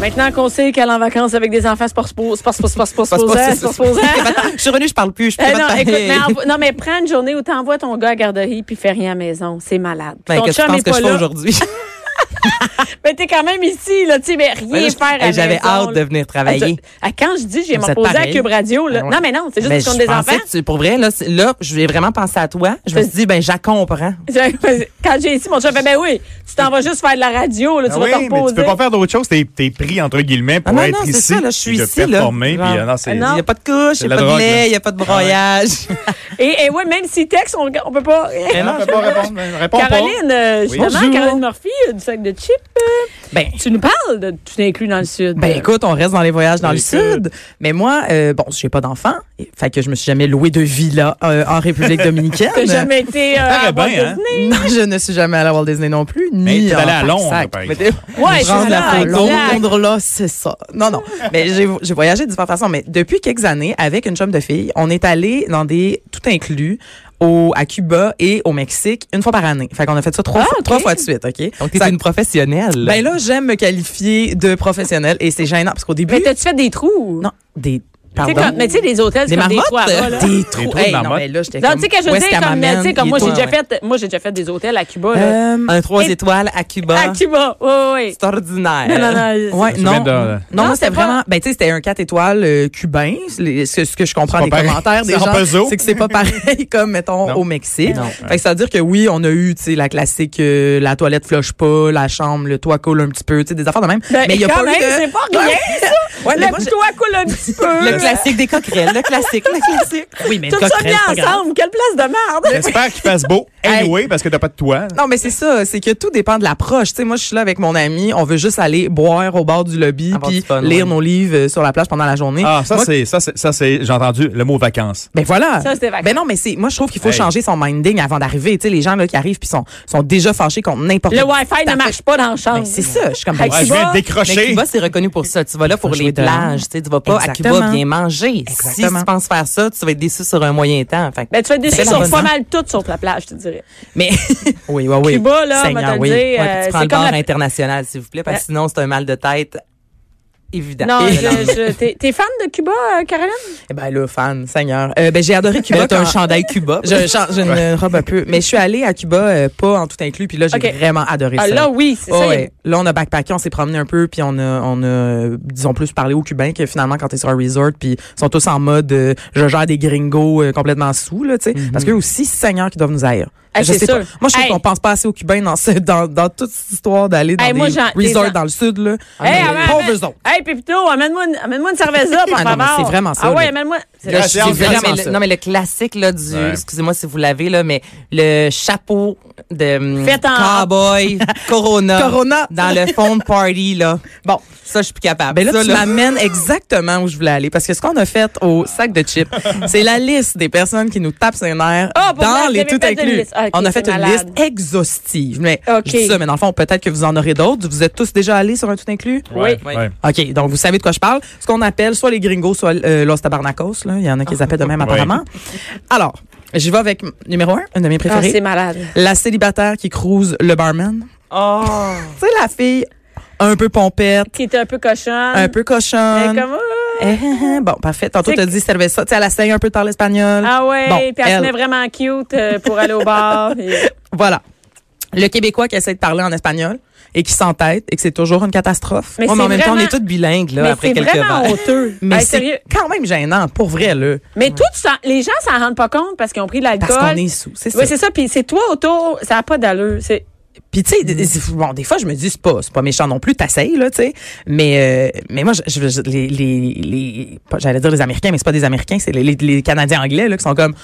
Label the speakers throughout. Speaker 1: Maintenant qu'on sait qu'elle est en vacances avec des enfants, c'est pas supposé, c'est pas supposé, c'est pas supposé,
Speaker 2: Pas supposé,
Speaker 1: c'est pas
Speaker 2: c'est pas-
Speaker 1: supposé.
Speaker 2: Je suis revenue, je parle plus. Je peux
Speaker 1: Eh
Speaker 2: pas te
Speaker 1: non,
Speaker 2: parler.
Speaker 1: écoute, mais envo- non, mais prends une journée où t'envoies ton gars à la garderie puis fais rien à la maison. C'est malade. Puis
Speaker 2: Ben,
Speaker 1: ton
Speaker 2: qu'est-ce que tu
Speaker 1: chum
Speaker 2: penses
Speaker 1: est
Speaker 2: que
Speaker 1: pas
Speaker 2: je fais
Speaker 1: là.
Speaker 2: aujourd'hui?
Speaker 1: Mais t'es quand même ici, là, tu sais, mais rien
Speaker 2: Ben là, je-
Speaker 1: faire à la
Speaker 2: hey, J'avais
Speaker 1: maison,
Speaker 2: hâte de
Speaker 1: là.
Speaker 2: venir travailler.
Speaker 1: Ah, Quand je dis, j'ai
Speaker 2: Vous
Speaker 1: m'en
Speaker 2: êtes
Speaker 1: posé à
Speaker 2: pareil.
Speaker 1: Cube Radio, là.
Speaker 2: Ah ouais.
Speaker 1: Non, mais non, c'est juste
Speaker 2: Ben,
Speaker 1: que tu comptes des
Speaker 2: je pensais
Speaker 1: enfants.
Speaker 2: que tu- pour vrai, là, c'est- là, j'ai vraiment pensé à toi. Je me suis dit, ben, j'accompagne.
Speaker 1: Je- Quand j'ai ici, mon chum fait, ben oui, tu t'en vas juste faire de la radio, là, tu
Speaker 3: Ah
Speaker 1: vas
Speaker 3: oui,
Speaker 1: te
Speaker 3: mais tu
Speaker 1: reposer.
Speaker 3: peux pas faire d'autre chose. T'es, t'es pris, entre guillemets, pour
Speaker 2: Ah non,
Speaker 3: être
Speaker 2: non, c'est
Speaker 3: ici.
Speaker 2: ça, là, je suis
Speaker 3: puis de
Speaker 2: ici, là.
Speaker 3: performer,
Speaker 2: Genre.
Speaker 3: puis, ah non, c'est-
Speaker 1: Ah
Speaker 2: Il
Speaker 1: non.
Speaker 2: n'y a pas de couche,
Speaker 3: C'est
Speaker 2: il n'y
Speaker 3: la
Speaker 2: a pas de
Speaker 3: drogue, là. Ah
Speaker 2: lait, il n'y a pas de broyage.
Speaker 1: Et, et oui, même si texte, on, on peut pas.
Speaker 2: Mais non,
Speaker 3: On peut pas répondre. mais Réponds pas.
Speaker 1: Caroline, euh,
Speaker 3: Oui.
Speaker 1: justement,
Speaker 2: Bonjour.
Speaker 1: Caroline Murphy euh, du sac de chips, euh,
Speaker 2: Ben.
Speaker 1: tu nous parles de tout inclus dans le Sud.
Speaker 2: Ben écoute, on reste dans les voyages dans le
Speaker 3: Écoute.
Speaker 2: sud. Mais moi, euh, bon, j'ai pas d'enfant, et- fait que je me suis jamais loué de villa euh, en République dominicaine.
Speaker 1: T'as jamais été euh,
Speaker 3: paraît
Speaker 1: à Walt
Speaker 3: bien, hein.
Speaker 1: Disney?
Speaker 2: Non, je ne suis jamais allée à Walt Disney non plus, ni
Speaker 3: t'es
Speaker 2: en
Speaker 3: allée à Londres,
Speaker 2: Taxac.
Speaker 3: par
Speaker 2: Mais
Speaker 3: exemple.
Speaker 2: t'es-
Speaker 1: Ouais, je
Speaker 2: prendre
Speaker 1: suis
Speaker 2: la
Speaker 1: là,
Speaker 2: photo,
Speaker 1: exact.
Speaker 2: Londres là, c'est ça. Non, non. Mais j'ai j'ai voyagé de différentes façons. Mais depuis quelques années, avec une chum de filles, on est allé dans des tout inclus. Au, à Cuba et au Mexique une fois par année. Fait qu'on a fait ça trois,
Speaker 1: Ah,
Speaker 2: fois,
Speaker 1: ok.
Speaker 2: trois fois de suite, ok.
Speaker 4: Donc, t'es
Speaker 2: Ça-
Speaker 4: une professionnelle.
Speaker 2: ben là, j'aime me qualifier de professionnelle et c'est gênant parce qu'au
Speaker 1: Mais
Speaker 2: début,
Speaker 1: t'as-tu fait des trous?
Speaker 2: non, des
Speaker 1: Tu sais,
Speaker 2: pardon,
Speaker 1: comme- mais tu sais, les hôtels, c'est
Speaker 2: des
Speaker 1: comme des
Speaker 2: marmottes, euh,
Speaker 1: trous à bas, là.
Speaker 2: des
Speaker 3: Des
Speaker 2: trous.
Speaker 3: trous de
Speaker 2: Hey, non,
Speaker 3: marmottes.
Speaker 2: mais là, j'étais
Speaker 1: Non,
Speaker 2: comme,
Speaker 1: tu sais, quand je
Speaker 2: où
Speaker 1: veux
Speaker 2: est-ce
Speaker 1: dire,
Speaker 2: qu'elle
Speaker 1: comme, tu sais,
Speaker 2: m'amène?
Speaker 1: comme moi,
Speaker 2: Et
Speaker 1: j'ai
Speaker 2: toi,
Speaker 1: déjà
Speaker 2: ouais.
Speaker 1: fait, moi, j'ai déjà fait des hôtels à Cuba, là.
Speaker 2: Euh, un trois
Speaker 1: Et-
Speaker 2: étoiles à Cuba.
Speaker 1: À Cuba, oui, oui.
Speaker 2: C'est ordinaire.
Speaker 1: Non, non, non,
Speaker 2: Ouais, non.
Speaker 3: c'est- Je me souviens de-
Speaker 2: Non,
Speaker 1: Non,
Speaker 2: moi,
Speaker 1: c'était
Speaker 2: c'était
Speaker 1: pas-
Speaker 2: vraiment. Ben, tu sais, c'était un 4 étoiles euh, cubain. Les- Ce, ce que je comprends
Speaker 3: C'est
Speaker 2: des
Speaker 3: pas pareil.
Speaker 2: commentaires des
Speaker 3: C'est en
Speaker 2: gens,
Speaker 3: peso.
Speaker 2: c'est que c'est pas pareil comme, mettons,
Speaker 3: Non.
Speaker 2: au Mexique.
Speaker 4: Non.
Speaker 2: Fait que ça veut dire que oui, on a eu, tu sais, la classique, euh, la toilette flush pas, la chambre, le toit coule un petit peu, tu sais, des affaires de même.
Speaker 1: Ben,
Speaker 2: mais il y a
Speaker 1: quand
Speaker 2: pas
Speaker 1: même,
Speaker 2: eu de...
Speaker 1: c'est pas rien, ça.
Speaker 2: Ouais, mais moi,
Speaker 1: Le toit coule un petit peu.
Speaker 2: Le classique des coquerelles, le classique, le classique. Oui, mais
Speaker 1: Tout ça bien ensemble. Quelle place de merde.
Speaker 3: J'espère qu'il fasse beau.
Speaker 2: Hey.
Speaker 3: Anyway, parce que t'as pas de toit.
Speaker 2: Non, mais c'est ça, c'est que tout dépend de l'approche. Tu sais, moi, je suis là avec mon ami, on veut juste aller boire au bord du lobby,
Speaker 4: Avoir
Speaker 2: puis
Speaker 4: du fun,
Speaker 2: lire
Speaker 4: ouais.
Speaker 2: nos livres euh, sur la plage pendant la journée.
Speaker 3: Ah, ça,
Speaker 2: Moi,
Speaker 3: c'est, ça, c'est, ça, c'est, j'ai entendu le mot vacances.
Speaker 2: Ben voilà.
Speaker 1: Ça, c'était vacances.
Speaker 2: Ben non, mais c'est, moi, je trouve qu'il faut
Speaker 3: Hey.
Speaker 2: changer son minding avant d'arriver. Tu sais, les gens, là, qui arrivent puis sont, sont déjà fâchés contre n'importe
Speaker 1: Le
Speaker 2: quoi.
Speaker 1: Wi-Fi ne marche pas dans la chambre.
Speaker 2: Ben, c'est ça. Je suis comme, ben,
Speaker 1: Ouais,
Speaker 3: Ouais,
Speaker 2: tu
Speaker 3: je
Speaker 2: vas-
Speaker 3: viens de
Speaker 4: Mais
Speaker 3: décrocher.
Speaker 4: Cuba, c'est reconnu pour ça. Tu vas là pour
Speaker 2: jouer
Speaker 4: les
Speaker 2: dehors.
Speaker 4: plages. Tu sais, tu vas pas à
Speaker 2: Exactement.
Speaker 4: Cuba bien manger.
Speaker 2: Exactement.
Speaker 4: Si tu penses faire ça, tu vas être déçu sur un moyen temps. Fait que-
Speaker 1: Ben, tu vas être déçu
Speaker 2: C'est la
Speaker 1: sur
Speaker 2: bonne
Speaker 1: pas
Speaker 2: chance.
Speaker 1: mal tout sur la plage, je te dirais.
Speaker 2: mais, oui, oui, oui.
Speaker 1: Cuba, là, on va te le
Speaker 2: oui.
Speaker 1: dire,
Speaker 2: Ouais,
Speaker 1: euh,
Speaker 4: tu prends
Speaker 1: c'est
Speaker 4: le
Speaker 1: comme
Speaker 4: bord
Speaker 1: la-
Speaker 4: international, s'il vous plaît, parce que sinon, c'est un mal de tête évident.
Speaker 1: Non,
Speaker 4: Et-
Speaker 1: je, je- t'es- t'es fan de Cuba, euh, Caroline?
Speaker 2: Eh ben, là, fan, seigneur. Euh, ben, j'ai adoré
Speaker 4: Mais
Speaker 2: Cuba.
Speaker 4: là, t'as un
Speaker 2: quand-
Speaker 4: chandail Cuba.
Speaker 2: Je change une euh, robe un peu. Mais je suis allée à Cuba, euh, pas en tout inclus, puis là, j'ai
Speaker 1: Ok.
Speaker 2: vraiment adoré
Speaker 1: Ah,
Speaker 2: ça.
Speaker 1: là, oui, c'est
Speaker 2: Ah
Speaker 1: ça.
Speaker 2: ouais. Là, on a backpacké, on s'est promené un peu, puis on a, on a, euh, disons, plus parlé aux Cubains que finalement, quand t'es sur un resort, puis ils sont tous en mode euh, je gère des gringos euh, complètement sous, là, tu sais. Parce qu'eux aussi, seigneurs qui doivent nous haïr.
Speaker 1: Mm-hmm. Ah,
Speaker 2: je
Speaker 1: c'est
Speaker 2: sais
Speaker 1: sûr.
Speaker 2: pas. Moi, je trouve
Speaker 1: Hey.
Speaker 2: qu'on pense pas assez aux Cubains dans, ce- dans, dans toute cette histoire d'aller dans
Speaker 1: Hey,
Speaker 2: des
Speaker 1: moi, j'en- des gens-
Speaker 2: resorts dans le sud, là.
Speaker 1: Hey,
Speaker 2: Mais
Speaker 1: amène-
Speaker 2: pauvres autres.
Speaker 1: Hey, Pépito, amène-moi une, amène-moi une cerveza, par
Speaker 2: Ah non, mais
Speaker 1: favor.
Speaker 2: c'est vraiment ça,
Speaker 1: Ah ouais,
Speaker 2: là.
Speaker 1: amène-moi. C'est
Speaker 4: Là,
Speaker 3: La
Speaker 4: je-
Speaker 3: séance
Speaker 4: c'est
Speaker 2: vraiment
Speaker 4: vraiment le-
Speaker 2: ça.
Speaker 4: non, mais le classique là, du,
Speaker 3: Ouais.
Speaker 4: excusez-moi si vous l'avez, là, mais le chapeau de hum,
Speaker 1: Fait en-
Speaker 4: cowboy, Corona,
Speaker 2: Corona.
Speaker 4: dans le phone party, là.
Speaker 2: Bon.
Speaker 4: Ça, je suis plus capable.
Speaker 2: Ben là,
Speaker 4: Ça,
Speaker 2: tu m'amènes exactement où je voulais aller. Parce que ce qu'on a fait au sac de chips, c'est la liste des personnes qui nous tapent sur les nerfs
Speaker 1: Ah, pour vrai,
Speaker 2: dans
Speaker 1: vous
Speaker 2: les
Speaker 1: avez
Speaker 2: tout
Speaker 1: fait une
Speaker 2: inclus.
Speaker 1: liste. Ah, ok,
Speaker 2: on a fait
Speaker 1: c'est
Speaker 2: une
Speaker 1: malade.
Speaker 2: liste exhaustive. Mais
Speaker 1: Ok.
Speaker 2: je dis ça, mais dans le fond, peut-être que vous en aurez d'autres. Vous êtes tous déjà allés sur un tout inclus?
Speaker 1: Oui.
Speaker 4: Oui.
Speaker 3: Ouais.
Speaker 2: OK, donc vous savez de quoi je parle. Ce qu'on appelle soit les gringos, soit euh, los tabarnakos. Là. Il y en a qui les appellent de même,
Speaker 3: Ouais.
Speaker 2: apparemment. Alors, j'y vais avec numéro un, une de mes
Speaker 1: Ah, c'est
Speaker 2: préférées.
Speaker 1: malade.
Speaker 2: la célibataire qui cruise le barman.
Speaker 4: Oh.
Speaker 2: Tu sais, la fille un peu pompette,
Speaker 1: Qui était un peu cochon.
Speaker 2: un peu cochonne.
Speaker 1: Hein? comme, ah,
Speaker 2: Eh, eh, eh, bon, parfait. Tantôt,
Speaker 1: C'est-
Speaker 2: t'as dit cerveza. Tu sais, elle essaye un peu de parler espagnol.
Speaker 1: ah ouais,
Speaker 2: Bon,
Speaker 1: puis elle, se
Speaker 2: elle.
Speaker 1: met vraiment cute euh, pour aller au bar. puis-
Speaker 2: Voilà. Le Québécois qui essaie de parler en espagnol et qui s'entête et que c'est toujours une catastrophe.
Speaker 1: Mais
Speaker 4: Ouais, mais en
Speaker 1: c'est
Speaker 4: même temps, on
Speaker 1: vraiment-
Speaker 4: est tous bilingues, là,
Speaker 1: Mais
Speaker 4: après
Speaker 1: c'est
Speaker 4: quelques
Speaker 1: vraiment
Speaker 4: verres.
Speaker 1: honteux.
Speaker 2: Mais
Speaker 1: Hey, sérieux.
Speaker 2: c'est quand même gênant, pour vrai, là.
Speaker 1: Mais toi, tu sens- les gens s'en rendent pas compte parce qu'ils ont pris de l'alcool.
Speaker 2: Parce qu'on est sous, c'est ça.
Speaker 1: Oui, c'est ça. Puis c'est toi autour, ça n'a pas d'allure. C'est
Speaker 2: Puis tu sais,
Speaker 4: Mm.
Speaker 2: des- des- bon, des fois je me dis c'est pas, c'est pas méchant non plus, t'essayes là, tu sais. Mais euh, mais moi, je, je- je- les, les, les- pas- j'allais dire les Américains, mais c'est pas des Américains, c'est les, les- les Canadiens anglais là qui sont comme.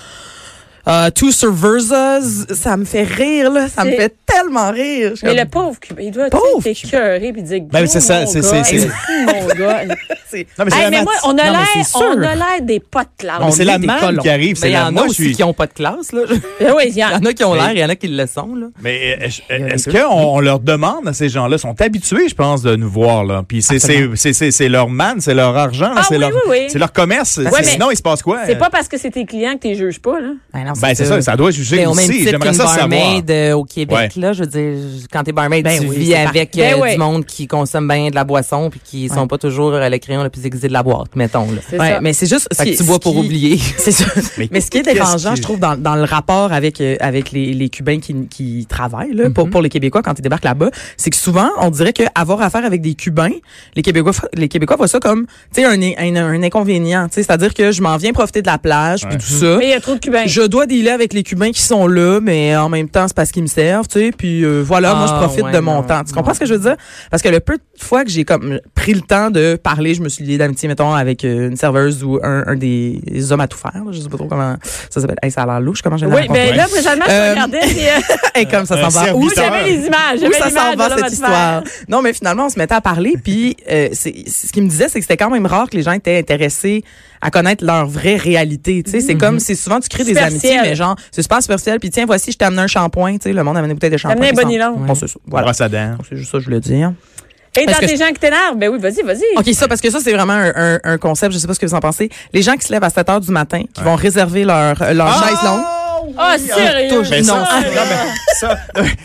Speaker 2: Euh, two serversas, ça me fait rire, là. Ça me
Speaker 1: C'est-
Speaker 2: fait tellement rire. Je suis
Speaker 1: Mais
Speaker 2: comme-
Speaker 1: le pauvre Cuba, il doit
Speaker 2: Pauvre
Speaker 1: être écœuré puis dire.
Speaker 3: Ben, c'est ça, c'est- c'est- c'est-
Speaker 1: Mon gars.
Speaker 2: c'est-
Speaker 3: Non, mais c'est
Speaker 1: Hey, mais
Speaker 3: la mat-
Speaker 1: moi, on a
Speaker 2: Non, mais
Speaker 1: l'air,
Speaker 2: c'est sûr.
Speaker 1: on a l'air des pas de classe.
Speaker 3: Non, mais c'est
Speaker 2: on
Speaker 3: la
Speaker 2: est des
Speaker 3: manne
Speaker 2: colons.
Speaker 3: qui arrive.
Speaker 4: Mais
Speaker 3: C'est
Speaker 4: il y
Speaker 3: la
Speaker 4: en a
Speaker 3: moi, je
Speaker 4: aussi
Speaker 3: suis.
Speaker 4: qui n'ont pas de classe, là.
Speaker 1: Eh Oui, il y
Speaker 4: Il
Speaker 1: a-
Speaker 4: y en a qui ont l'air, il y en a qui le sont, là.
Speaker 3: Mais euh, est-ce- est-ce qu'on on leur demande à ces gens-là, sont habitués, je pense, de nous voir là. Puis c'est c'est c'est c'est- c'est leur man, c'est leur argent, là,
Speaker 1: Ah
Speaker 3: c'est
Speaker 1: oui,
Speaker 3: leur
Speaker 1: oui, oui.
Speaker 3: c'est leur commerce.
Speaker 1: Ouais, mais
Speaker 3: Sinon, il se passe quoi
Speaker 1: c'est pas parce que c'est tes clients que tu les juges pas, là.
Speaker 2: Ben, non,
Speaker 3: Ben c'est ça, ça doit juger
Speaker 4: Mais au même
Speaker 3: aussi.
Speaker 4: titre
Speaker 3: J'aimerais
Speaker 4: qu'une
Speaker 3: ça savoir.
Speaker 4: barmaid euh, au Québec,
Speaker 3: Ouais.
Speaker 4: là, je veux dire, quand t'es barmaid,
Speaker 2: Ben
Speaker 4: tu
Speaker 2: oui,
Speaker 4: vis
Speaker 2: c'est par-
Speaker 4: avec
Speaker 1: Ben
Speaker 4: euh,
Speaker 1: ouais.
Speaker 4: du monde qui consomme bien de la boisson puis qui sont pas toujours euh, le crayon le plus aiguisé de la boîte, mettons. Là.
Speaker 1: C'est
Speaker 2: Ouais,
Speaker 1: ça.
Speaker 2: mais c'est juste ce
Speaker 4: Fait
Speaker 2: qui-
Speaker 4: que tu bois
Speaker 2: ce
Speaker 4: pour
Speaker 2: qui-
Speaker 4: oublier.
Speaker 2: C'est ça.
Speaker 3: Mais
Speaker 2: Mais, ce qui est
Speaker 3: qu'est-ce
Speaker 2: dérangeant,
Speaker 3: qui-
Speaker 2: je trouve, dans, dans le rapport avec, euh, avec les, les Cubains qui, qui travaillent, là,
Speaker 4: Mhm.
Speaker 2: pour, pour les Québécois quand ils débarquent là-bas, c'est que souvent, on dirait qu'avoir affaire avec des Cubains, les Québécois, fa- les Québécois voient ça comme, tu sais, un, é- un, un inconvénient, tu sais. C'est-à-dire que je m'en viens profiter de la plage, puis tout ça.
Speaker 1: Mais il y a trop de Cubains.
Speaker 2: Je dois dealer avec les Cubains qui sont là, mais en même temps, c'est parce qu'ils me servent, tu sais. Puis euh, voilà, moi,
Speaker 4: Ah,
Speaker 2: je profite
Speaker 4: ouais,
Speaker 2: de mon
Speaker 4: non,
Speaker 2: temps. Tu comprends
Speaker 4: non.
Speaker 2: ce que je veux dire? Parce que le peu de fois que j'ai comme pris le temps de parler, je me suis lié d'amitié, mettons, avec euh, une serveuse ou un, un des hommes à tout faire. là. Je sais pas trop comment ça s'appelle. Hey, ça a l'air louche, comment j'ai
Speaker 1: Oui, ben
Speaker 3: Ouais.
Speaker 1: là, présentement, je
Speaker 2: Euh,
Speaker 1: regardais. puis, euh,
Speaker 2: hey, comme ça
Speaker 3: Un
Speaker 2: s'en va.
Speaker 3: service
Speaker 2: Où
Speaker 1: Où j'avais
Speaker 3: bizarre.
Speaker 1: les images.
Speaker 2: où
Speaker 1: J'avais
Speaker 2: ça
Speaker 1: les images
Speaker 2: s'en
Speaker 1: de
Speaker 2: va
Speaker 1: l'homme à
Speaker 2: cette
Speaker 1: tout faire.
Speaker 2: histoire. Non, mais finalement, on se mettait à parler, puis euh, c'est c'est- ce qu'il me disait, c'est que c'était quand même rare que les gens étaient intéressés à connaître leur vraie réalité. Tu sais, c'est comme c'est souvent tu crées des
Speaker 1: Mm-hmm. Superficiel.
Speaker 2: amitiés, mais genre c'est super superficiel. Puis tiens, voici, je t'ai amené un shampoing. Tu sais, le monde amène une bouteille de shampoing.
Speaker 1: amené un
Speaker 2: puis
Speaker 1: bon
Speaker 2: ça-
Speaker 1: nylon.
Speaker 2: Bon, c'est ça. Voilà.
Speaker 3: Brosse à dents.
Speaker 2: C'est juste ça que je voulais dire.
Speaker 1: Et dans
Speaker 2: Parce que
Speaker 1: des gens qui t'énervent, ben oui, vas-y, vas-y.
Speaker 2: OK, ça, parce que ça, c'est vraiment un, un- un concept. Je sais pas ce que vous en pensez. Les gens qui se lèvent à 7 heures du matin, qui vont réserver leur, leur
Speaker 3: Ah!
Speaker 2: chaise longue.
Speaker 1: Ah, sérieux?
Speaker 3: Mais
Speaker 2: Non.
Speaker 3: ça, c'est- non, mais ça,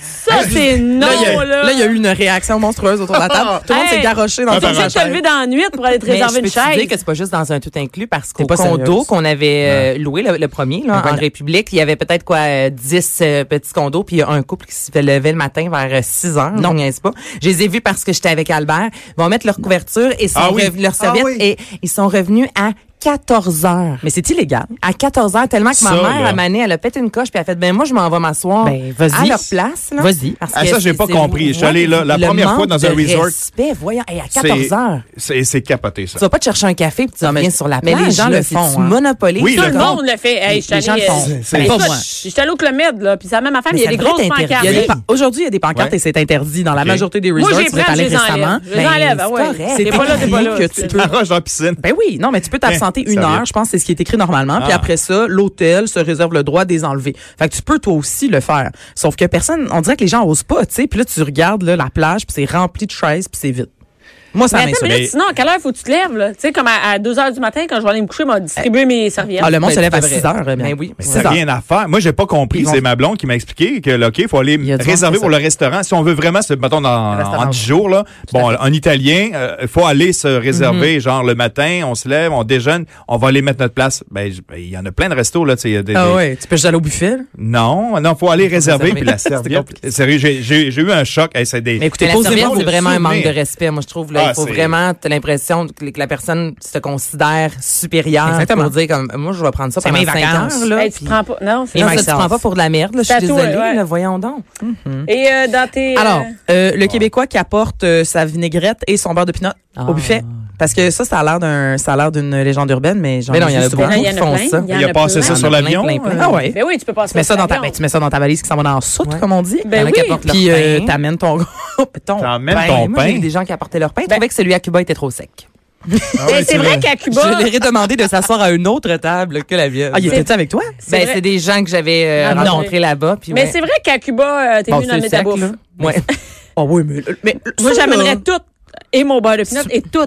Speaker 1: Ça, c'est non,
Speaker 2: Là, il y a-
Speaker 1: là.
Speaker 2: là, il y a eu une réaction monstrueuse autour de la table. Tout le monde
Speaker 1: Hey.
Speaker 2: s'est garoché dans
Speaker 3: Ah,
Speaker 1: T'es
Speaker 2: son
Speaker 3: ben,
Speaker 1: obligé de te
Speaker 2: chaise.
Speaker 1: lever dans la nuit pour aller te
Speaker 4: Mais je
Speaker 1: réserver
Speaker 4: peux
Speaker 1: une
Speaker 4: te dire
Speaker 1: chaise.
Speaker 4: que c'est pas juste dans un tout inclus parce qu'au
Speaker 2: pas
Speaker 4: condo
Speaker 2: sérieuse.
Speaker 4: qu'on avait euh, loué, le, le premier, là, en
Speaker 2: voilà.
Speaker 4: République, il y avait peut-être quoi, euh, 10 euh, petits condos, puis il y a un couple qui se levait le matin vers euh, 6 heures, non, n'est-ce pas? Je les ai vus parce que j'étais avec Albert. Ils vont mettre leur couverture et sont
Speaker 3: Ah oui.
Speaker 4: revenus- leur
Speaker 3: Ah
Speaker 4: serviette
Speaker 3: oui.
Speaker 4: et ils sont revenus à 14 heures.
Speaker 2: Mais c'est illégal.
Speaker 4: à 14 heures, tellement que
Speaker 3: Ça,
Speaker 4: ma mère,
Speaker 3: là.
Speaker 4: à Mané, elle a pété une coche, puis elle a fait, ben moi, je m'en vais m'asseoir
Speaker 2: Ben, vas-y.
Speaker 4: à leur place. Là,
Speaker 2: Vas-y.
Speaker 4: Parce
Speaker 3: Ah,
Speaker 4: que
Speaker 3: ça, j'ai
Speaker 4: c'est-
Speaker 3: pas
Speaker 4: c'est-
Speaker 3: compris. Je suis allé là, la
Speaker 4: le
Speaker 3: première fois
Speaker 4: manque
Speaker 3: dans un
Speaker 4: de
Speaker 3: resort.
Speaker 4: respect, voyons, Hey, à
Speaker 3: c'est-
Speaker 4: 14 heures.
Speaker 3: C'est c'est capoté ça.
Speaker 4: Tu vas pas te chercher un café puis tu
Speaker 2: Non, mais-
Speaker 4: reviens sur la
Speaker 2: mais
Speaker 4: plage.
Speaker 2: les gens
Speaker 4: là,
Speaker 2: le
Speaker 4: c'est
Speaker 2: font,
Speaker 4: du
Speaker 2: hein.
Speaker 4: Monopole.
Speaker 3: Oui,
Speaker 1: Tout
Speaker 3: le
Speaker 1: le monde le fait. Hey, je suis
Speaker 2: les gens
Speaker 1: allée,
Speaker 2: le font.
Speaker 1: euh,
Speaker 3: C'est-
Speaker 1: ben,
Speaker 2: pas
Speaker 1: écoute,
Speaker 2: moi.
Speaker 1: Je suis allée au Club Med, là, puis ça même affaire, mais il y a
Speaker 4: ça
Speaker 1: des
Speaker 4: devrait
Speaker 1: grosses
Speaker 4: être
Speaker 1: pancartes.
Speaker 2: Il
Speaker 4: interdit.
Speaker 2: y a des
Speaker 3: Oui.
Speaker 2: pa- Aujourd'hui, il y a des pancartes
Speaker 3: Ouais.
Speaker 2: et c'est interdit dans la
Speaker 3: Ok.
Speaker 2: majorité des
Speaker 1: Moi,
Speaker 2: resorts.
Speaker 1: j'ai
Speaker 2: tu
Speaker 1: pris,
Speaker 2: es
Speaker 1: je
Speaker 2: allé
Speaker 1: les
Speaker 2: récemment.
Speaker 1: enlève. Je les
Speaker 2: Ben,
Speaker 1: enlève, ah ouais.
Speaker 4: correct.
Speaker 1: T'es
Speaker 2: c'est
Speaker 1: pas là, t'es pas là.
Speaker 2: écrit que tu peux
Speaker 3: La roche dans la piscine.
Speaker 2: Ben oui, non, mais tu peux t'absenter
Speaker 1: Ben,
Speaker 3: Eh,
Speaker 2: une
Speaker 3: ça
Speaker 2: heure,
Speaker 3: vient.
Speaker 2: je pense, c'est ce qui est écrit normalement. Puis
Speaker 3: Ah.
Speaker 2: après ça, l'hôtel se réserve le droit de les enlever. Fait que tu peux toi aussi le faire. Sauf que personne, on dirait que les gens osent pas, tu sais. Puis là, tu regardes là, la plage, puis c'est rempli de chaises, puis c'est vide. Moi, ça
Speaker 1: Mais attends, mais
Speaker 2: m'insulte.
Speaker 1: là,
Speaker 3: Mais-
Speaker 1: sinon, à quelle heure faut que tu te lèves, là? Tu sais, comme à, 2 h du matin, quand je vais aller me coucher, m'a distribué mes serviettes.
Speaker 2: Ah, le monde
Speaker 4: Ben,
Speaker 2: se lève
Speaker 4: tu
Speaker 2: à
Speaker 4: devrais.
Speaker 2: 6 heures. eh bien.
Speaker 4: Ben oui.
Speaker 2: Mais
Speaker 3: Ça
Speaker 2: six
Speaker 3: n'a
Speaker 2: heures.
Speaker 3: rien à faire. Moi, j'ai pas compris.
Speaker 2: Ils vont-
Speaker 3: C'est ma blonde qui m'a expliqué que, là, OK, il faut aller
Speaker 2: Il y a du monde
Speaker 3: réserver
Speaker 2: qui fait
Speaker 3: pour le restaurant. Si on veut vraiment, se, mettons, dans,
Speaker 2: Restaurant.
Speaker 3: en 10 jours, là, bon, en italien, il faut aller se réserver,
Speaker 2: Mhm.
Speaker 3: genre, le matin, on se lève, on déjeune, on va aller mettre notre place. Ben, je- ben, il y en a plein de restos, là, tu sais. il y a des-
Speaker 2: Ah
Speaker 3: des-
Speaker 2: ouais, tu peux juste aller au buffet. là.
Speaker 3: Non, non, faut aller réserver,
Speaker 4: réserver.
Speaker 3: puis la
Speaker 4: C'était
Speaker 3: serviette.
Speaker 4: compliqué.
Speaker 3: Sérieux, j'ai- j'ai j'ai eu un choc. Hey, c'est des-
Speaker 2: Mais écoutez,
Speaker 4: Mais la
Speaker 2: posez-moi
Speaker 4: serviette,
Speaker 3: vos
Speaker 4: c'est vraiment un manque de
Speaker 3: souvenirs.
Speaker 4: respect, moi, je trouve. Là,
Speaker 3: Ah,
Speaker 4: il faut
Speaker 3: c'est-
Speaker 4: vraiment, t'as l'impression que que la personne se considère supérieure
Speaker 2: Exactement.
Speaker 4: pour dire, comme, moi, je vais prendre ça
Speaker 2: C'est
Speaker 4: pendant
Speaker 2: mes
Speaker 4: 5
Speaker 2: vacances.
Speaker 4: heures. Là,
Speaker 1: Hey, tu
Speaker 4: puis-
Speaker 1: prends pas. Non, c'est
Speaker 2: Et
Speaker 4: Non,
Speaker 1: ça.
Speaker 4: ça, tu
Speaker 2: myself.
Speaker 4: prends pas pour de la merde. Là, je suis
Speaker 1: Tatou,
Speaker 4: désolée,
Speaker 1: ouais.
Speaker 4: là, voyons donc.
Speaker 1: Et euh, dans tes. euh,
Speaker 2: Alors, euh,
Speaker 3: Ah.
Speaker 2: le Québécois qui apporte euh, sa vinaigrette et son beurre de pinot
Speaker 4: Ah.
Speaker 2: au buffet. Parce que ça, ça a l'air d'un, ça a l'air d'une légende urbaine, mais j'en
Speaker 4: Mais non,
Speaker 2: ai
Speaker 4: il y en
Speaker 2: vu
Speaker 4: a
Speaker 2: souvent.
Speaker 1: il y en
Speaker 4: Ils font
Speaker 1: plein,
Speaker 4: ça.
Speaker 1: y en
Speaker 3: Il a passé
Speaker 1: plein.
Speaker 3: ça sur
Speaker 4: plein. Il y en a
Speaker 3: l'avion.
Speaker 4: plein, plein,
Speaker 3: euh,
Speaker 4: plein.
Speaker 2: Ah ouais.
Speaker 1: Ben oui, tu peux passer
Speaker 2: Tu mets ça dans ta,
Speaker 1: l'avion.
Speaker 2: ben, tu mets ça dans ta valise qui s'en va dans la soute,
Speaker 4: Ouais.
Speaker 2: comme on dit.
Speaker 1: Ben
Speaker 4: Il y en a qui
Speaker 1: oui.
Speaker 4: apportent leur
Speaker 2: Puis euh,
Speaker 4: pain.
Speaker 2: t'amènes ton gros- ton
Speaker 3: T'emmènes
Speaker 2: pain.
Speaker 3: ton-
Speaker 4: Moi, j'ai
Speaker 3: pain.
Speaker 4: vu des gens qui apportaient leur pain. Ils
Speaker 1: Ben-
Speaker 4: trouvaient que celui à Cuba était trop sec.
Speaker 3: ah ouais,
Speaker 1: Ben, c'est vrai qu'à Cuba,
Speaker 4: Je leur ai demandé de s'asseoir à une autre table que la vienne.
Speaker 2: Ah, il était avec toi?
Speaker 1: C'est
Speaker 4: ben,
Speaker 1: vrai.
Speaker 4: c'est des gens que j'avais euh,
Speaker 1: Ah,
Speaker 4: rencontrés là-bas. puis
Speaker 1: mais
Speaker 4: ouais.
Speaker 1: c'est vrai qu'à Cuba, euh, t'es
Speaker 4: Bon,
Speaker 1: venu dans
Speaker 4: c'est
Speaker 1: mes ta
Speaker 4: sec,
Speaker 1: bouffe.
Speaker 4: là. Ouais.
Speaker 2: Ah oui, mais, mais
Speaker 1: Moi,
Speaker 2: ça, là-
Speaker 1: j'amènerais tout. Et mon beurre de pinot et tout.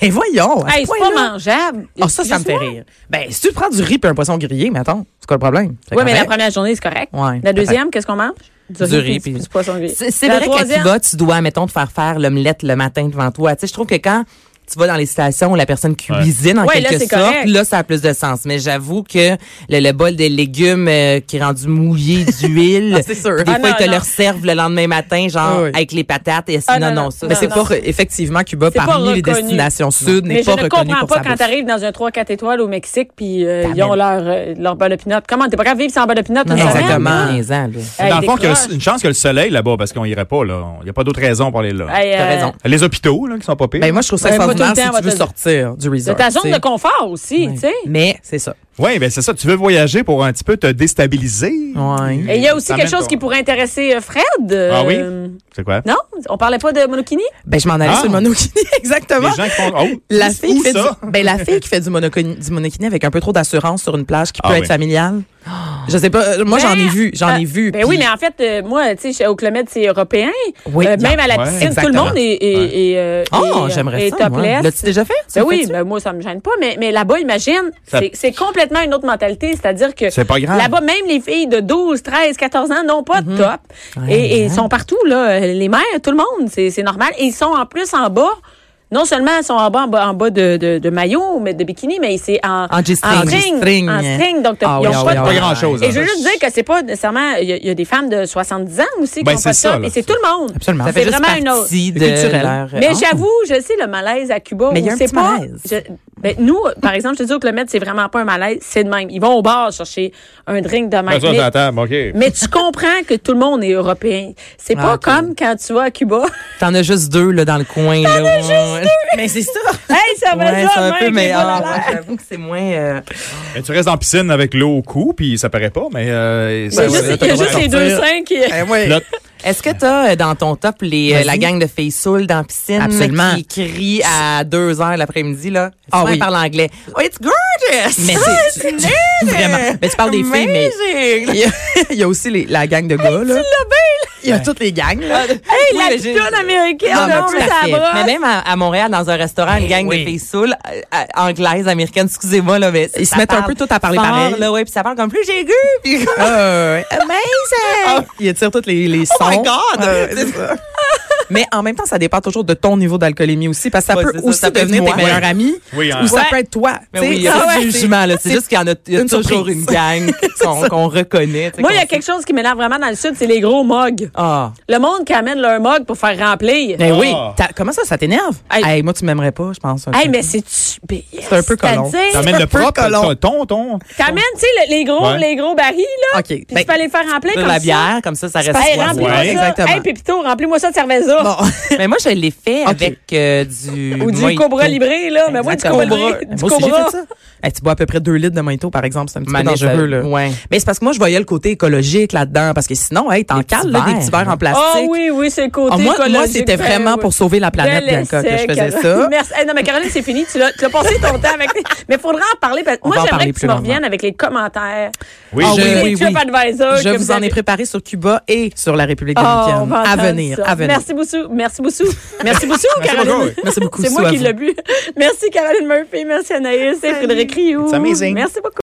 Speaker 2: Mais Ben, voyons. à ce
Speaker 1: Hey, c'est pas
Speaker 2: point-là.
Speaker 1: mangeable.
Speaker 2: Ah, ça, ça me
Speaker 1: Juste
Speaker 2: fait
Speaker 1: moi.
Speaker 2: rire. Ben, si tu prends du riz et un poisson grillé, mais attends, c'est quoi le problème? C'est
Speaker 1: Oui, mais la
Speaker 2: correct.
Speaker 1: première journée, c'est correct.
Speaker 2: Ouais,
Speaker 1: La deuxième, qu'est-ce qu'on mange?
Speaker 4: Du riz, puis-
Speaker 1: du poisson grillé.
Speaker 4: C'est c'est
Speaker 1: La
Speaker 4: vrai qu'à
Speaker 1: troisième,
Speaker 4: Cuba, tu dois, mettons, te faire faire l'omelette le matin devant toi. Tu sais, je trouve que quand tu vas dans les stations où la personne cuisine en
Speaker 1: Ouais, là,
Speaker 4: quelque
Speaker 1: c'est
Speaker 4: sorte,
Speaker 1: correct.
Speaker 4: là, ça a plus de sens. Mais j'avoue que le, le bol de légumes euh, qui est rendu mouillé d'huile,
Speaker 2: Ah, c'est sûr.
Speaker 4: puis des
Speaker 1: Ah,
Speaker 4: fois,
Speaker 1: non,
Speaker 4: ils te
Speaker 1: non.
Speaker 4: le servent le lendemain matin, genre,
Speaker 2: Ah, oui.
Speaker 4: avec les patates. Et
Speaker 1: Ah,
Speaker 4: non,
Speaker 1: non,
Speaker 4: non,
Speaker 1: non.
Speaker 4: ça.
Speaker 2: Mais
Speaker 1: Non,
Speaker 2: c'est
Speaker 1: non.
Speaker 2: pas, re- effectivement, Cuba,
Speaker 1: C'est pas
Speaker 2: parmi les
Speaker 1: reconnu.
Speaker 2: destinations sud,
Speaker 1: Mais
Speaker 2: n'est
Speaker 1: je
Speaker 2: pas
Speaker 1: ne
Speaker 2: reconnu
Speaker 1: comprends
Speaker 2: pour
Speaker 1: pas
Speaker 2: sa
Speaker 1: quand
Speaker 2: bouffe.
Speaker 1: t'arrives dans un 3-4 étoiles au Mexique puis euh, ils
Speaker 2: T'amènes.
Speaker 1: ont leur, euh, leur beurre de pinot. Comment t'es pas capable de vivre sans beurre de pinot?
Speaker 4: Non,
Speaker 1: une
Speaker 4: non,
Speaker 1: semaine?
Speaker 2: Exactement.
Speaker 4: mais niaisant, là.
Speaker 1: Hey,
Speaker 3: Dans le fond, qu'il y
Speaker 1: décroche.
Speaker 3: a une chance que le soleil là-bas, parce qu'on irait pas, là. Il n'y a pas d'autre raison pour aller là.
Speaker 1: Hey,
Speaker 4: T'as
Speaker 1: euh,
Speaker 4: raison.
Speaker 3: Les hôpitaux, là, qui sont pas pires.
Speaker 2: Ben, moi, je trouve ça
Speaker 1: Ben, moi, tout le
Speaker 2: extraordinaire
Speaker 1: temps,
Speaker 2: si
Speaker 1: on va
Speaker 2: tu veux
Speaker 1: te-
Speaker 2: sortir du
Speaker 1: De
Speaker 2: resort.
Speaker 1: ta zone
Speaker 2: tu
Speaker 1: de
Speaker 2: sais.
Speaker 1: confort aussi,
Speaker 2: Ouais.
Speaker 1: tu sais.
Speaker 2: Mais c'est ça.
Speaker 3: Oui, ben c'est ça. Tu veux voyager pour un petit peu te déstabiliser.
Speaker 2: Ouais.
Speaker 1: Et il y a aussi
Speaker 3: Ça
Speaker 1: quelque
Speaker 3: mène
Speaker 1: chose
Speaker 3: ton-
Speaker 1: qui pourrait intéresser euh, Fred.
Speaker 3: Ah oui?
Speaker 1: euh,
Speaker 3: C'est quoi?
Speaker 1: Non? On parlait pas de monokini?
Speaker 2: Ben je m'en allais
Speaker 3: Ah.
Speaker 2: sur le monokini exactement.
Speaker 3: Les gens qui font. Oh,
Speaker 2: La
Speaker 3: où-
Speaker 2: fille,
Speaker 3: où
Speaker 2: qui fait
Speaker 3: ça?
Speaker 2: du, ben, la fille qui fait du monokini, du monokini avec un peu trop d'assurance sur une plage qui peut
Speaker 3: Ah
Speaker 2: être
Speaker 3: oui.
Speaker 2: familiale. Je sais pas. euh, Moi, j'en ai vu. J'en ai vu.
Speaker 1: Ben oui,
Speaker 2: puis-
Speaker 1: mais en fait, euh, moi, tu sais, chez- au Clomède, c'est européen.
Speaker 2: Oui,
Speaker 1: Euh,
Speaker 2: y a-
Speaker 1: même à la
Speaker 3: ouais,
Speaker 1: piscine, tout
Speaker 2: exactement.
Speaker 1: le monde est, est,
Speaker 3: Ouais.
Speaker 1: est, euh,
Speaker 2: Oh,
Speaker 1: est, euh,
Speaker 2: j'aimerais
Speaker 1: est
Speaker 2: ça. moi.
Speaker 1: topless.
Speaker 2: L'as-tu déjà fait? Tu
Speaker 1: Ben
Speaker 2: le
Speaker 1: oui,
Speaker 2: fais-tu?
Speaker 1: ben moi, ça me gêne pas, mais, mais là-bas, imagine,
Speaker 3: Ça-
Speaker 1: c'est- c'est complètement une autre mentalité. C'est-à-dire que
Speaker 3: C'est pas
Speaker 2: Ah.
Speaker 3: grave.
Speaker 1: là-bas, même les filles de 12, 13, 14 ans n'ont pas de top.
Speaker 2: Mhm. Ouais,
Speaker 1: Et et
Speaker 2: hein.
Speaker 1: ils sont partout, là. Les mères, tout le monde, c'est c'est normal. Et ils sont en plus en bas. Non seulement ils sont en bas, en bas, en bas de, de, de maillot, mais de bikini, mais c'est en,
Speaker 2: En G-string.
Speaker 1: En string.
Speaker 2: En G-string.
Speaker 1: En string, donc, t'as-
Speaker 2: Ah
Speaker 1: ils
Speaker 2: oui,
Speaker 1: ont
Speaker 2: ah
Speaker 1: pas
Speaker 2: oui,
Speaker 1: de
Speaker 2: ah
Speaker 3: Pas
Speaker 2: oui.
Speaker 3: grand-chose. hein.
Speaker 1: et je veux juste dire que c'est pas nécessairement. Il y, a- il y a des femmes de 70 ans aussi
Speaker 3: Ben,
Speaker 1: qui ont
Speaker 3: c'est
Speaker 1: pas de
Speaker 3: ça,
Speaker 1: top,
Speaker 3: là.
Speaker 1: Et c'est tout le monde.
Speaker 2: Absolument.
Speaker 1: Ça
Speaker 2: Ça
Speaker 1: fait
Speaker 2: fait
Speaker 4: juste
Speaker 1: vraiment une autre.
Speaker 4: partie de
Speaker 2: Culturel.
Speaker 4: leur-
Speaker 1: Mais
Speaker 4: Oh.
Speaker 1: j'avoue, je sais le malaise à Cuba.
Speaker 2: Mais
Speaker 1: où
Speaker 2: il y a un
Speaker 1: c'est
Speaker 2: petit
Speaker 1: pas,
Speaker 2: malaise.
Speaker 1: je- ben, nous, par exemple, je te dis au kilomètre, c'est vraiment pas un malaise, c'est de même. Ils vont au bar chercher un drink de
Speaker 3: Ah,
Speaker 1: même.
Speaker 3: ça,
Speaker 1: Mais-
Speaker 3: c'est la table, OK.
Speaker 1: mais tu comprends que tout le monde est européen. C'est
Speaker 4: Ah,
Speaker 1: pas
Speaker 4: ok.
Speaker 1: comme quand tu vas à Cuba.
Speaker 4: T'en as juste deux là dans le coin. T'en as juste deux.
Speaker 2: Mais c'est ça.
Speaker 1: hey, ça va
Speaker 4: Ouais,
Speaker 1: ça,
Speaker 4: c'est un
Speaker 1: même
Speaker 4: peu
Speaker 1: avec les
Speaker 4: meilleur.
Speaker 1: bonnes
Speaker 4: Ouais,
Speaker 1: haleines.
Speaker 4: J'avoue que c'est moins. euh,
Speaker 3: Mais tu restes en piscine avec l'eau au cou, puis ça paraît pas, mais. euh,
Speaker 1: Il y
Speaker 3: ça-
Speaker 1: a juste, il y a juste les deux seins qui.
Speaker 4: Ben,
Speaker 2: Eh oui.
Speaker 3: Là,
Speaker 4: Est-ce que t'as euh, dans ton top les, euh,
Speaker 2: Vas-y.
Speaker 4: la gang de filles saoules dans la piscine
Speaker 2: Absolument.
Speaker 4: qui crient à 2 heures l'après-midi là
Speaker 2: Ah
Speaker 4: Souvent,
Speaker 2: oui.
Speaker 4: ils parlent anglais. Oh, it's gorgeous.
Speaker 2: Mais c'est- tu- tu- vraiment. Mais tu parles des filles, mais il
Speaker 4: Amazing.
Speaker 2: y, a, il y a aussi les- la gang de gars là. Il y a toutes les gangs là.
Speaker 1: Hey,
Speaker 4: Oui,
Speaker 1: la
Speaker 4: mais j'ai-
Speaker 1: pitoune américaine,
Speaker 4: Non, mais
Speaker 1: non,
Speaker 4: tout
Speaker 1: mais
Speaker 4: à
Speaker 1: ça
Speaker 4: fait.
Speaker 1: brosse.
Speaker 4: Mais même à, à Montréal, dans un restaurant, une gang
Speaker 2: Eh oui.
Speaker 4: de filles saoules, euh, euh, anglaises, américaines, excusez-moi, là, mais.
Speaker 2: Ils
Speaker 4: ça
Speaker 2: se mettent un
Speaker 4: parle
Speaker 2: peu toutes à parler
Speaker 4: fort,
Speaker 2: pareil.
Speaker 4: Là, ouais, puis ça parle comme plus j'ai puis.
Speaker 2: Euh,
Speaker 4: Amazing!
Speaker 2: il tire toutes Ah, les, les sons.
Speaker 4: Oh my God!
Speaker 2: Euh, c'est ça. Mais en même temps, ça dépend toujours de ton niveau d'alcoolémie aussi, parce que ça
Speaker 4: Ouais,
Speaker 2: peut
Speaker 4: c'est ça,
Speaker 2: aussi
Speaker 4: ça peut être
Speaker 2: devenir
Speaker 4: moi.
Speaker 2: tes meilleurs amis,
Speaker 3: Oui, hein.
Speaker 2: ou ça
Speaker 1: Ouais.
Speaker 2: peut être toi.
Speaker 4: Mais
Speaker 2: tu sais.
Speaker 4: Ben oui, il n'y a
Speaker 2: Ah
Speaker 4: pas
Speaker 2: ouais.
Speaker 4: de jugement, là. C'est juste qu'il y en a, il y a
Speaker 2: une
Speaker 4: toujours
Speaker 2: surprise.
Speaker 4: une gang qu'on qu'on reconnaît. tu sais,
Speaker 1: Moi, il y a
Speaker 4: qu'on
Speaker 1: quelque chose qui m'énerve vraiment dans le Sud, c'est les gros mugs.
Speaker 4: Ah.
Speaker 1: Le monde qui amène leur mug pour faire remplir.
Speaker 2: Ben oui.
Speaker 3: Ah.
Speaker 2: T'as- Comment ça, ça t'énerve?
Speaker 1: Hey.
Speaker 2: Hey, moi, tu m'aimerais pas, je pense.
Speaker 1: Hey, mais c'est tu-
Speaker 2: C'est un peu colon.
Speaker 1: C'est-à-dire,
Speaker 3: T'amènes le
Speaker 2: un peu
Speaker 3: propre,
Speaker 2: colon.
Speaker 3: ton- ton, ton.
Speaker 1: T'amènes, tu sais, le- les gros,
Speaker 3: Ouais.
Speaker 1: les gros barils, là.
Speaker 2: OK.
Speaker 1: Puis
Speaker 2: Ben,
Speaker 1: tu peux les faire remplir
Speaker 4: De
Speaker 1: comme
Speaker 4: la
Speaker 1: ça.
Speaker 4: bière, comme ça, ça reste
Speaker 1: Hey,
Speaker 4: froid.
Speaker 1: remplis-moi
Speaker 3: Ouais,
Speaker 1: ça.
Speaker 2: exactement.
Speaker 1: Hey, Pépito, remplis-moi ça de cerveza.
Speaker 2: bon.
Speaker 4: Mais moi, je l'ai fait avec euh, du.
Speaker 1: Ou du
Speaker 4: mojito.
Speaker 1: cobra libré, là. Mais moi, du
Speaker 2: Exactement.
Speaker 1: cobra libré.
Speaker 2: Moi
Speaker 1: Du
Speaker 2: aussi, j'ai
Speaker 1: cobra.
Speaker 2: fait ça. Hey, tu bois à peu près 2 litres de mojito, par exemple. C'est un petit peu
Speaker 4: Mané, ça-
Speaker 2: dangereux, là.
Speaker 4: Ouais.
Speaker 2: Mais c'est parce que moi, je voyais le côté écologique là-dedans, parce que sinon, hey, t'en
Speaker 4: Les petits
Speaker 2: cales, là, des
Speaker 4: verres. Oh,
Speaker 2: petits verres en plastique.
Speaker 1: Ah oui, oui, c'est le côté
Speaker 2: Ah, moi, moi,
Speaker 1: écologique.
Speaker 2: c'était vraiment
Speaker 1: Ben
Speaker 2: pour
Speaker 1: oui.
Speaker 2: sauver la planète,
Speaker 1: Bel
Speaker 2: Bianca, que
Speaker 1: essai,
Speaker 2: je faisais
Speaker 1: Caroline.
Speaker 2: ça.
Speaker 1: Merci. Hey, non, mais Caroline, c'est fini. Tu l'as, tu l'as passé ton temps avec. tes- Mais faudra en parler. parce-
Speaker 2: On
Speaker 1: Moi,
Speaker 2: va en
Speaker 1: j'aimerais
Speaker 2: parler
Speaker 1: que tu
Speaker 2: plus
Speaker 1: me
Speaker 2: longuement.
Speaker 1: reviennes avec les commentaires.
Speaker 3: Oui,
Speaker 2: Ah
Speaker 1: Sur
Speaker 3: je-
Speaker 2: oui,
Speaker 1: les
Speaker 2: oui, oui.
Speaker 1: TripAdvisor
Speaker 2: Je
Speaker 1: que
Speaker 2: vous en
Speaker 1: avez-
Speaker 2: ai préparé sur Cuba et sur la République
Speaker 1: Ah, on
Speaker 2: dominicaine.
Speaker 1: va
Speaker 2: à
Speaker 1: entendre
Speaker 2: venir,
Speaker 1: ça.
Speaker 2: à venir.
Speaker 1: Merci beaucoup. Merci beaucoup. Merci beaucoup,
Speaker 3: beaucoup,
Speaker 1: Caroline.
Speaker 3: oui.
Speaker 2: Merci beaucoup,
Speaker 1: C'est
Speaker 2: Sue,
Speaker 1: moi
Speaker 2: à
Speaker 1: qui
Speaker 2: vous.
Speaker 1: l'ai bu. Merci, Caroline Murphy. Merci, Anaïs et Frédéric Rioux.
Speaker 3: It's amazing.
Speaker 1: Merci beaucoup.